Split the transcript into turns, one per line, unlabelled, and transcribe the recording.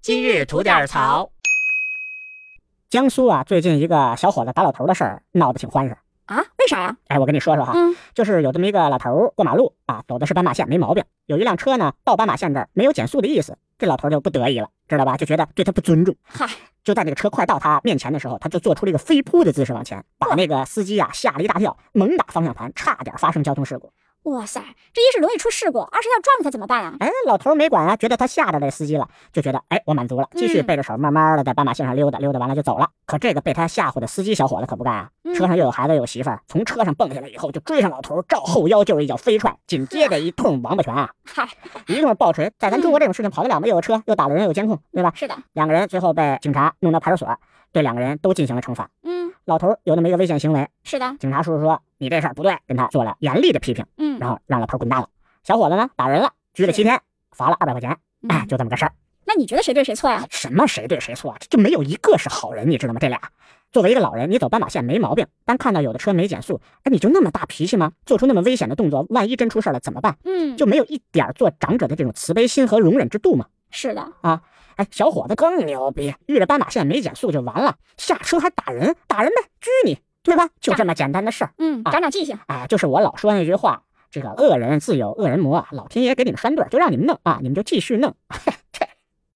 今日吐点槽。
江苏啊，最近一个小伙子打老头的事儿闹得挺欢实。
啊？为啥呀？
哎，我跟你说说哈，
嗯
就是有这么一个老头儿过马路啊，走的是斑马线，没毛病。有一辆车呢到斑马线这儿没有减速的意思，这老头儿就不得意了，知道吧？就觉得对他不尊重。
嗨，
就在这个车快到他面前的时候，他就做出了一个飞扑的姿势往前，把那个司机啊吓了一大跳，猛打方向盘，差点发生交通事故。
哇塞，这一是容易出事故，二是要撞他怎么办呀？
哎，老头儿没管啊，觉得他吓着这司机了，就觉得哎，我满足了，继续
嗯
背着手慢慢的在斑马线上溜达，溜达完了就走了。可这个被他吓唬的司机小伙子可不干啊，车上又有孩子有媳妇儿，从车上蹦下来以后就追上老头儿，照后腰就是一脚飞踹，紧接着一通王八拳啊，
嗨，
一顿暴锤。在咱中国这种事情跑得了吗？又有车，又打了人，又有监控，对吧？
是的，
两个人最后被警察弄到派出所，对两个人都进行了惩罚。
嗯，
老头儿有那么一个危险行为，
是的，
警察叔叔说你这事儿不对，跟他做了严厉的批评，
嗯，
然后让老头儿滚蛋了。小伙子呢，打人了，拘了七天，罚了二百块钱。哎，
嗯
就这么个事儿。
那你觉得谁对谁错呀？
什么谁对谁错啊？这就没有一个是好人，你知道吗？这俩，作为一个老人，你走斑马线没毛病，但看到有的车没减速，哎，你就那么大脾气吗？做出那么危险的动作，万一真出事儿了怎么办？
嗯，
就没有一点儿做长者的这种慈悲心和容忍之度吗？
是的，
哎，小伙子更牛逼，遇着斑马线没减速就完了，下车还打人，打人呗，拘你，对吧？就这么简单的事儿，
嗯，长长记性，
哎，就是我老说那句话，这个恶人自有恶人磨啊，老天爷给你们拴对儿，就让你们弄啊，你们就继续弄。